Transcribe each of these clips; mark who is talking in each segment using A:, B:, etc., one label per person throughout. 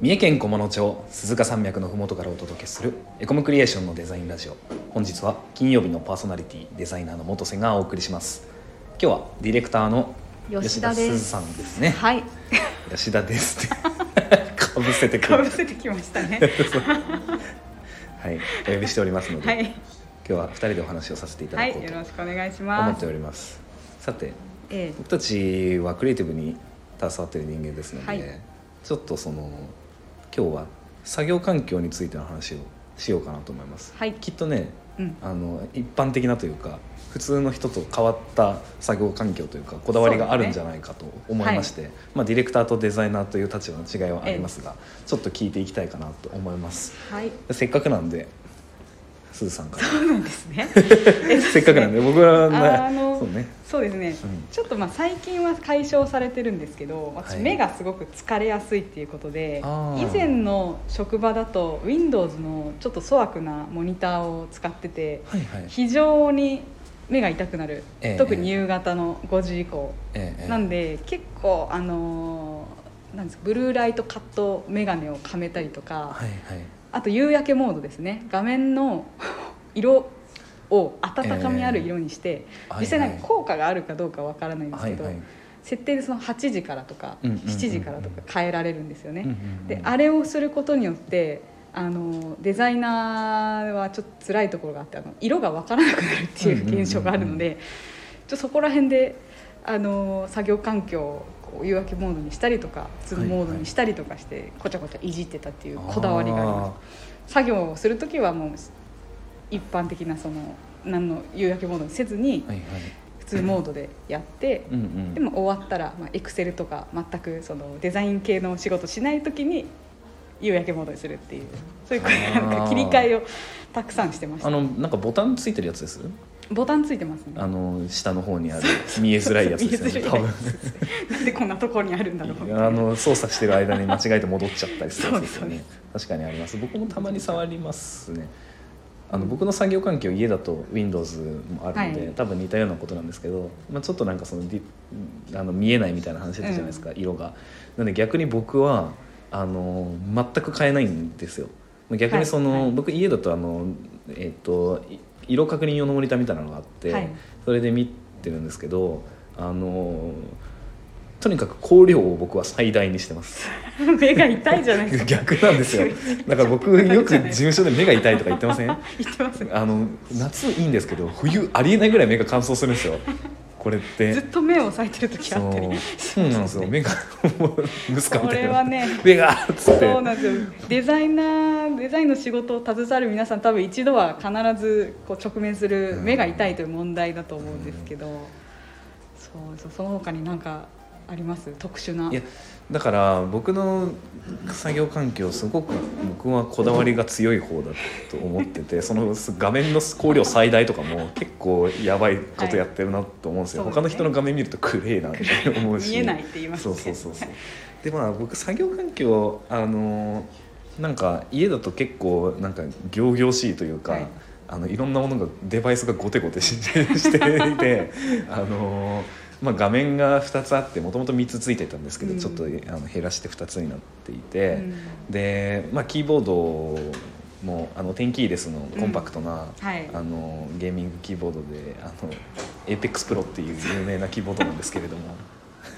A: 三重県菰野町鈴鹿山脈のふもとからお届けするエコムクリエーションのデザインラジオ本日は金曜日のパーソナリティデザイナーの元瀬がお送りします今日はディレクターの吉
B: 吉
A: 田
B: 田で
A: す
B: す
A: ずさんですね
B: はい、
A: 吉田ですってかぶせてく
B: かぶ
A: る
B: せてきましたね。
A: はいお呼びしておりますので、
B: はい、
A: 今日は二人でお話をさせていた
B: は
A: だ
B: い
A: こ、う
B: よ
A: と
B: ろしくお願いし
A: 思
B: ま
A: って
B: す。
A: おりますさて
B: え
A: 僕たちはクリエイティブに携わっている人間ですので、
B: はい
A: ちょっとその今日は作業環境についての話をしようかなと思います、
B: はい
A: きっとね
B: え、うん、
A: あの一般的なというか普通の人と変わった作業環境というかこだわりがあるんじゃないかと思いまして、まあ、ディレクターとデザイナーという立場の違いはありますが、ちょっと聞いていきたいかなと思います
B: はい、
A: せっかくなんですずさんから
B: そうなんです ね。
A: せっかくなんで僕はな
B: あの
A: そうね
B: そうですね
A: うん。
B: ちょっとまあ最近は解消されてるんですけど、私
A: はい
B: 目がすごく疲れやすいっていうことで、
A: あー
B: 以前の職場だと Windows のちょっと粗悪なモニターを使ってて、
A: はいはい
B: 非常に目が痛くなる
A: ええ。
B: 特に夕方の5時以降。
A: ええ
B: なんで結構あのーなんですかブルーライトカット眼鏡をかめたりとか、
A: はいはい
B: あと夕焼けモードですね画面の 色を温かみある色にして、
A: はい
B: 実際なん
A: はい
B: か効果があるかどうかわからないんですけど、
A: はいはい
B: 設定でその8時からとか
A: うんうんうんうん
B: 7時からとか変えられるんですよね。
A: うんうんうん
B: であれをすることによってあのデザイナーはちょっと辛いところがあってあの色が分からなくなるっていう現象があるので、ちょっとそこら辺であの作業環境をこう夕焼けモードにしたりとか普通のモードにしたりとかして、こちゃこちゃいじってたっていうこだわりがありますす作業をする時はもう一般的なその何の夕焼けモードにせずに
A: あーはいはい
B: 普通モードでやって。
A: うんうん
B: でも終わったら、まあ、Excel とか全くそのデザイン系の仕事しない時に夕焼けモードにするっていうそういうこ
A: あ
B: う
A: ー
B: なんか切り替えをたくさんしてまし
A: あ
B: た
A: のなんかボタンついてるやつです
B: ボタンついてますね
A: あの下の方にある見えづらいやつですよね
B: 見
A: 多
B: えづらい
A: 分
B: やつです なんでこんなところにあるんだろうみたいな
A: あの操作してる間に間違えて戻っちゃったりするやつですよ
B: そうですそうで
A: ね確
B: す
A: かにあります僕もたまに触りますねあの僕の作業環境家だと Windows もあるので、
B: はい
A: 多分似たようなことなんですけど、まあ、ちょっとなんかそのディあの見えないみたいな話だったじゃないですか、色がなので逆に僕はあの全く変えないんですよ逆にその、
B: はいはい
A: 僕家だとあのえっ、とい色確認用のモニターみたいなのがあって、
B: はい
A: それで見てるんですけどあのとにかく香料を僕は最大にしてます
B: 目が痛いじゃないですか
A: 逆なんですよだから僕よく事務所で目が痛いとか言ってま せんあ
B: 言ってますね
A: の夏いいんですけど冬ありえないぐらい目が乾燥するんですよこれって
B: ずっと目を押さえてる時あったり
A: そうそうなんですよ目がもうムスカみ
B: こ
A: たい
B: れ
A: な、
B: はね
A: 目がっつって
B: そうなんですよデザイナーデザインの仕事を携わる皆さん多分一度は必ずこう直面する目が痛いという問題だと思うんですけど、そうそうその他に何かあります特殊ない
A: やだから僕の作業環境すごく僕はこだわりが強い方だと思っててその画面の光量最大とかも結構やばいことやってるなと思うんですよ、
B: はい
A: 他の人の画面見るとクレーなって思うし
B: 見えないって言います
A: そ
B: ね
A: うそうそうそうでまあ僕作業環境あのなんか家だと結構なんか仰々しいというか、
B: はい
A: あのいろんなものがデバイスがゴテゴテししていてあのまあ、画面が2つあってもともと3つついてたんですけど、
B: うん
A: ちょっとあの減らして2つになっていうて、
B: ん
A: で、まあ、キーボードもあのテンキーレスのコンパクトな、
B: はい
A: あのゲーミングキーボードであの APEXPRO っていう有名なキーボードなんですけれども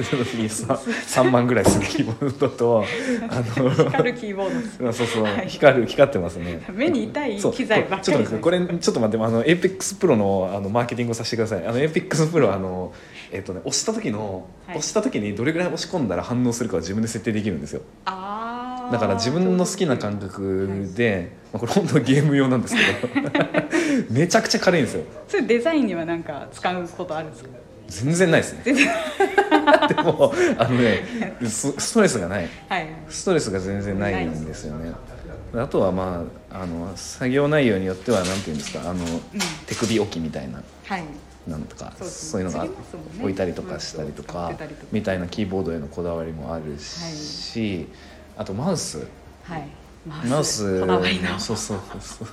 A: その3万ぐらいするキーボードとあの
B: 光るキーボードです
A: あそうそう、
B: はい
A: 光る光ってますね
B: 目に痛い
A: そう
B: 機材ばっ
A: ちょ
B: かり
A: っと待ってこれちょっと待ってあの APEX プロのあのマーケティングをさせてくださいあの APEX プロあのえっとね押した時の、
B: はい
A: 押した時にどれぐらい押し込んだら反応するかは自分で設定できるんですよ
B: あー
A: だから自分の好きな感覚で、まあ、これ本当はゲーム用なんですけど めちゃくちゃ軽いんですよ
B: それデザインには何か使うことあるんですか
A: 全然ないですね でもあのねスストレスがない
B: はい
A: ストレスが全然ないんですよねあとはまああの作業内容によってはなんていうんですかあの、手首置きみたいな
B: はい
A: なんとか
B: そ
A: そうう
B: ですね
A: いうのが
B: つけますもんね
A: 置いたりとかしたりと
B: マ
A: か
B: ウスを使ってたりとか
A: みたいなキーボードへのこだわりもあるし、あとマウス
B: はい
A: マウス
B: こだわりの
A: そうそうそう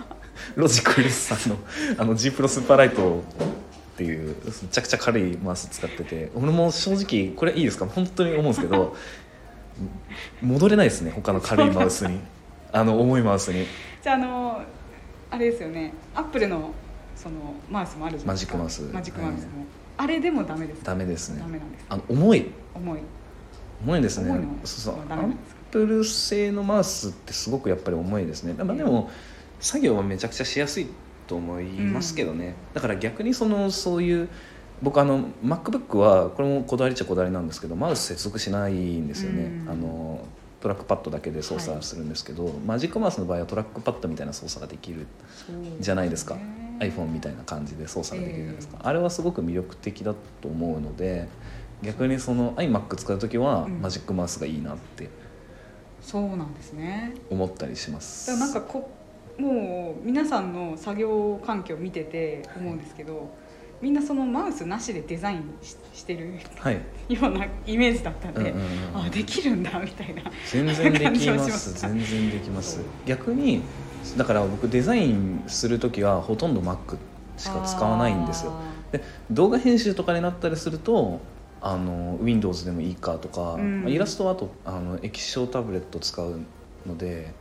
A: ロジックウイルスさんのあの G プロスーパーライトっていうめちゃくちゃ軽いマウス使ってて俺も正直これいいですか本当に思うんですけど戻れないですね他の軽いマウスにあの重いマウスに
B: じゃああのあれですよねアップルのそのマウスもあるじゃないで
A: マジ
B: すか
A: ックマウス
B: マジックマウスも、あれでもダメです
A: ダメですね
B: ダメなんです
A: あの重い
B: 重い
A: 重いですね
B: 重いの
A: そうそう
B: まあ
A: ア
B: ダメな
A: ッ
B: んですか
A: プル製のマウスってすごくやっぱり重いですねまあでも作業はめちゃくちゃしやすいと思いますけどね、だから逆にそのそういう僕あの MacBook はこれもこだわりっちゃこだわりなんですけどマウス接続しないんですよね、
B: うん
A: あのトラックパッドだけで操
B: は
A: 作
B: い
A: するんですけど、マジックマウスの場合はトラックパッドみたいな操作ができるじゃないですか iPhone みたいな感じで操作ができるじゃないですか、あれはすごく魅力的だと思うので逆にその iMac 使う時は
B: うん
A: マジックマウスがいいなって
B: そうなんですね
A: 思ったりしま
B: だ
A: す、
B: からなんかこもう皆さんの作業環境を見てて思うんですけど、みんなそのマウスなしでデザインししてる
A: はい、
B: ようなイメージだったんで、
A: うんうんうん
B: あできるんだみたいな
A: 全然で
B: 感
A: き
B: じは
A: ま
B: します した
A: 全然できます
B: そう
A: 逆にだから僕デザインする時はほとんど Mac しか使わないんですよで動画編集とかになったりするとあの Windows でもいいかとか、
B: うん
A: まあイラストはあとあの液晶タブレット使うので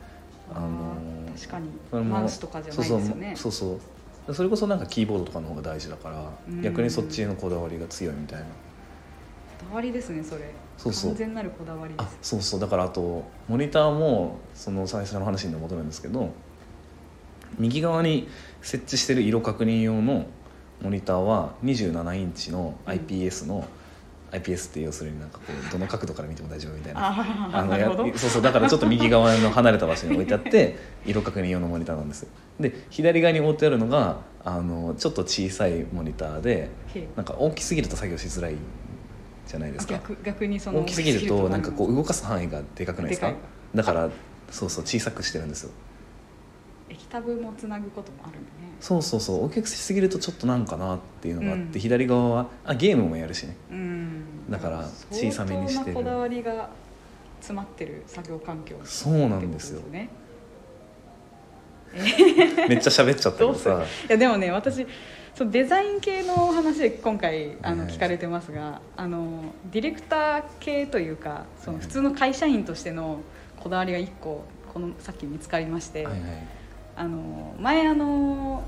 B: あー
A: あの
B: 確かに
A: それも
B: マウスとかじゃないですよね
A: そうそうそうそうそれこそなんかキーボードとかの方が大事だから、
B: うん
A: 逆にそっちへのこだわりが強いみたいな
B: こだわりですねそれ
A: そうそう
B: 完全なるこだわりで
A: あ
B: す
A: そうそうだからあとモニターもその最初の話に戻るんですけど右側に設置してる色確認用のモニターは27インチの IPS の、IPS って要するになんかこうどの角度から見ても大丈夫みたいな
B: あー
A: あの
B: な
A: や
B: るほど
A: そうそうだからちょっと右側の離れた場所に置いてあって 色確認用のモニターなんですで左側に置いてあるのがあのちょっと小さいモニターで
B: へ
A: なんか大きすぎると作業しづらいじゃないですか
B: 逆逆にその
A: 大きすぎるとなんかこう動かす範囲がでかくないですか
B: でか
A: だからそうそう小さくしてるんですよ
B: 液タブもつなぐこともあるんでね
A: そうそうそう大きくしすぎるとちょっとなんかなっていうのがあって、
B: うん
A: 左側はあゲームもやるしね
B: うん
A: だから小さめにしてる
B: 相当なこだわりが詰まってる作業環境
A: そうなんですよ
B: ってことね
A: めっちゃ喋っちゃ ったけどさ
B: いやでもね私そうデザイン系の話で今回あの
A: はい
B: 聞かれてますが、あのディレクター系というかその普通の会社員としてのこだわりが1個このさっき見つかりまして、
A: はいはい
B: あの前あの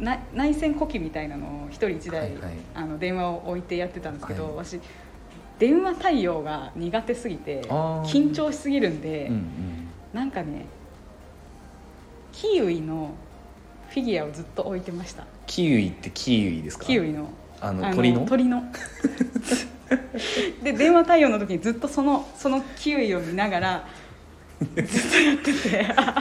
B: な内戦呼気みたいなのを一人一台、
A: はいはい
B: あの電話を置いてやってたんですけど、
A: はい
B: 私電話対応が苦手すぎて
A: あー
B: 緊張しすぎるんで、
A: うんうん
B: なんかねキウイのフィギュアをずっと置いてました
A: キウイってキウイですか
B: キウイの
A: あの
B: あ
A: 鳥の
B: 鳥ので電話対応の時にずっとそのそのキウイを見ながらずっとやって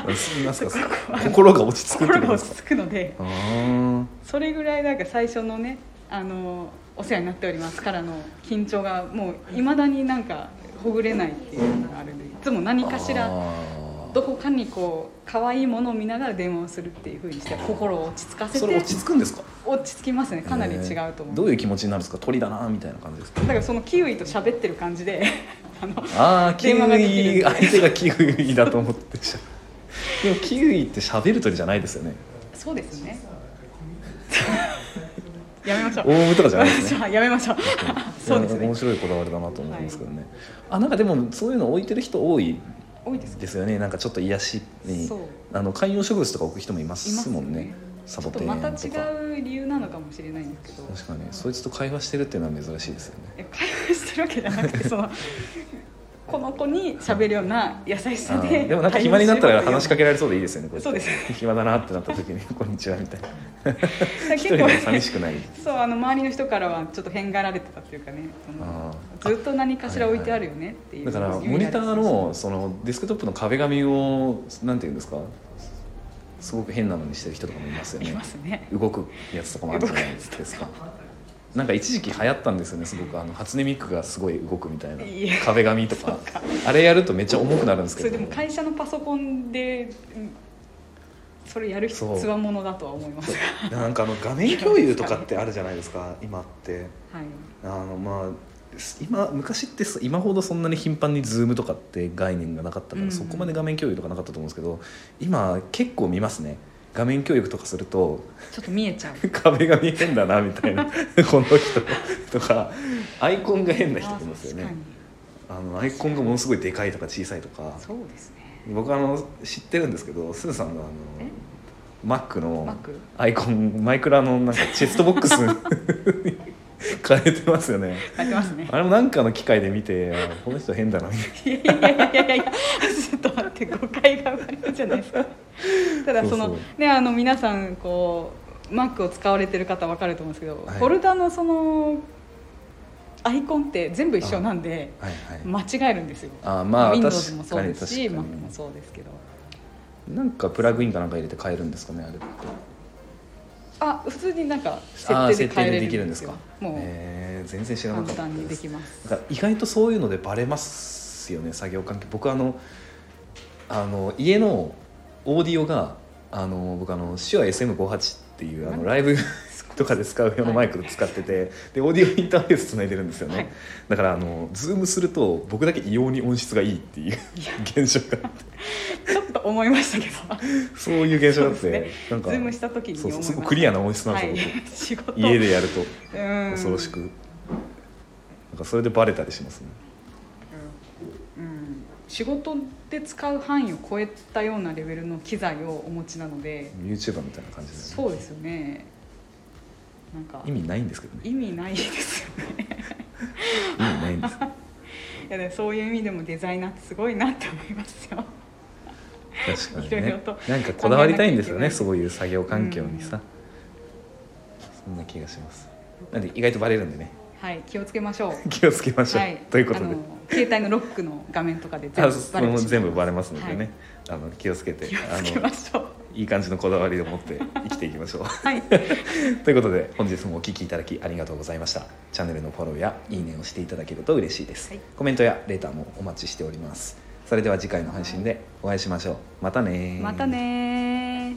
B: て
A: すみますか
B: そ こは
A: 心が落ち着くって
B: 心
A: こ
B: が
A: とで
B: 落
A: す
B: ち
A: か
B: 着くので
A: あー
B: それぐらいなんか最初のねあのお世話になっておりますからの緊張がもういまだになんかほぐれないっていうのがあるんでいつも何かしら
A: あー
B: どこかにこう可愛いものを見ながら電話をするっていうふうにして心を落ち着かせ
A: それ落
B: て
A: ち着くんですか
B: 落ち着きますねかなり違うと
A: えー
B: 思
A: ど
B: う、
A: ういう気持ちになるんですか鳥だなみたいな感じですか
B: だからそのキウイと喋ってる感じであの
A: ああキ
B: 電話が
A: ウ
B: できるん
A: イ
B: で
A: 相手がキウイだと思ってしゃでもキウイって喋る鳥じゃないですよね
B: そうですね やめましょ
A: オウ
B: う
A: ムとかじゃないですね
B: やめましょう そうです
A: いや
B: ね
A: 面白いこだわりだなと思いますけどね、あなんかでもそういうの置いてる人多い
B: 多いです
A: ですよねなんかちょっと癒しに
B: そう
A: あの観葉植物とか置く人もいま
B: いますす
A: も
B: ね
A: んねサ
B: ち
A: ボ
B: ょっと
A: テンと
B: ま
A: か
B: た違う理由なのかもしれないんですけど
A: 確かにそいつと会話してるっていうのは珍しいですよね
B: え会話してるわけじゃなくて そのこの子に喋るような優し
A: あ
B: さで
A: ーでもなんか暇になったら話しかけ
B: ら
A: られそうでいいですよねこれ
B: そうです
A: 暇だなってなった時に「こんにちは」みたいな一
B: 結
A: 人で
B: 構
A: も寂しくない
B: そうあの周りの人からはちょっと変がられてたっていうかねその
A: あー
B: ずっと何かしら置いてあるよねってい
A: だ
B: う
A: からモニターのそのデスクトップの壁紙をなんていうんですかすごく変なのにしてる人とかもいますよ
B: い
A: ね
B: ますね
A: 動くやつとかもあるじゃないですかなんか一時期流行ったんですよねすごくあの初音ミクがすごい動くみたいない
B: や
A: 壁紙とか
B: そうか
A: あれやるとめっちゃ重くなるんです
B: そ
A: け
B: れ
A: ど
B: でも会社のパソコンでうんそれやる人
A: そう
B: つわものだとは思いますが
A: なんかあの画面共有とかってあるじゃないですか今って
B: はい
A: あのまあ今昔ってそ今ほどそんなに頻繁にズームとかって概念がなかったから、
B: うんうん
A: そこまで画面共有とかなかったと思うんですけど今結構見ますね画面共有とかすると
B: ちょっと見えちゃう
A: 壁が見えんだ なみたいなこの人とかアイコンが変な人
B: あ
A: いますよ
B: ー確か
A: ね
B: に
A: ああのアイコンがものすごいでかいとか小さいとか
B: そうですね
A: 僕あの知ってるんですけどすずさんがあの
B: え
A: マック
B: マ
A: の
B: ック
A: アイコンマイクラのなんかチェストボックス に変えてますよね
B: やってますね
A: あれもなんかの機会で見てあこの人変だなみたい
B: いやいやいやいやいやちょっと待って誤解が生まれるじゃないですかただその
A: そうそ
B: ねあの皆さんこう Mac を使われてる方わかると思うんですけど、
A: はい
B: フォルダのそのアイコンって全部一緒なんで
A: な、はいはい
B: 間違えるんですよ
A: あまあ
B: Windows もそうですし
A: 確
B: Mac
A: かに
B: もそうですけど
A: なんかプラグインかなんか入れて変えるんですかねあれって
B: あ普通になんか
A: あー
B: 設定で変
A: 設定
B: えれ
A: ででき
B: る
A: る
B: ん
A: ん
B: で
A: ですす
B: よ
A: か
B: もう
A: えー全然知らな
B: 簡
A: かった
B: 単に
A: で
B: ですきます
A: なんか意外とそういうのでバレますよね作業環境僕あのあの家のオーディオがあの僕あの手話 SM58 っていうあのライブとかで使う用のマイク使ってて、でオーディオインターフェースつないでるんですよね、
B: はい
A: だからあのズームすると僕だけ異様に音質がいいっていう現象があって
B: ちょっと思いましたけ
A: そういう現象があっ
B: そう
A: て、
B: で
A: なん
B: ど
A: か
B: ズームした時に
A: そ
B: 思
A: う
B: い
A: そうそ
B: まし
A: こ
B: た
A: クリアな音質なん
B: は
A: ですよ、
B: い
A: 僕
B: 仕事
A: 家でやると
B: うん
A: 恐ろしく、なんかそれでバレたりしますね
B: うん仕事で使う範囲を超えたようなレベルの機材をお持ちなので
A: YouTuber みたいな感じで、ね、
B: そうですよねなんか
A: 意味ないんですけどね
B: 意味ないですよね
A: 意味ないんです
B: いやでもそういう意味でもデザイナーってすごいなって思いますよ
A: 確かに
B: いろいろ
A: ね
B: と
A: なんかこだわりたいんですよ
B: 考
A: ね
B: えなきゃいけない
A: そういう作業環境にさ、そんな気がしますなんで意外とバレるんでね
B: はい気をつけましょう
A: 気をつけましょう、
B: はい
A: ということ
B: あ
A: で
B: の携帯のロックの画面とかで全
A: あ
B: 部
A: そ
B: バレ
A: れも
B: てしまう
A: 全部バレますので
B: は
A: ね
B: い、
A: あの気をつけて
B: 気をつけ
A: あの
B: ましょう
A: いい感じのこだわりを持って生きていきましょう
B: はい
A: ということで本日もお聞きいただきありがとうございましたチャンネルのフォローやいいねをしていただけると嬉しいです、
B: はい
A: コメントやレターもお待ちしておりますそれでは次回の配信でお会いしましょうまたねー
B: またね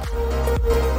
B: ー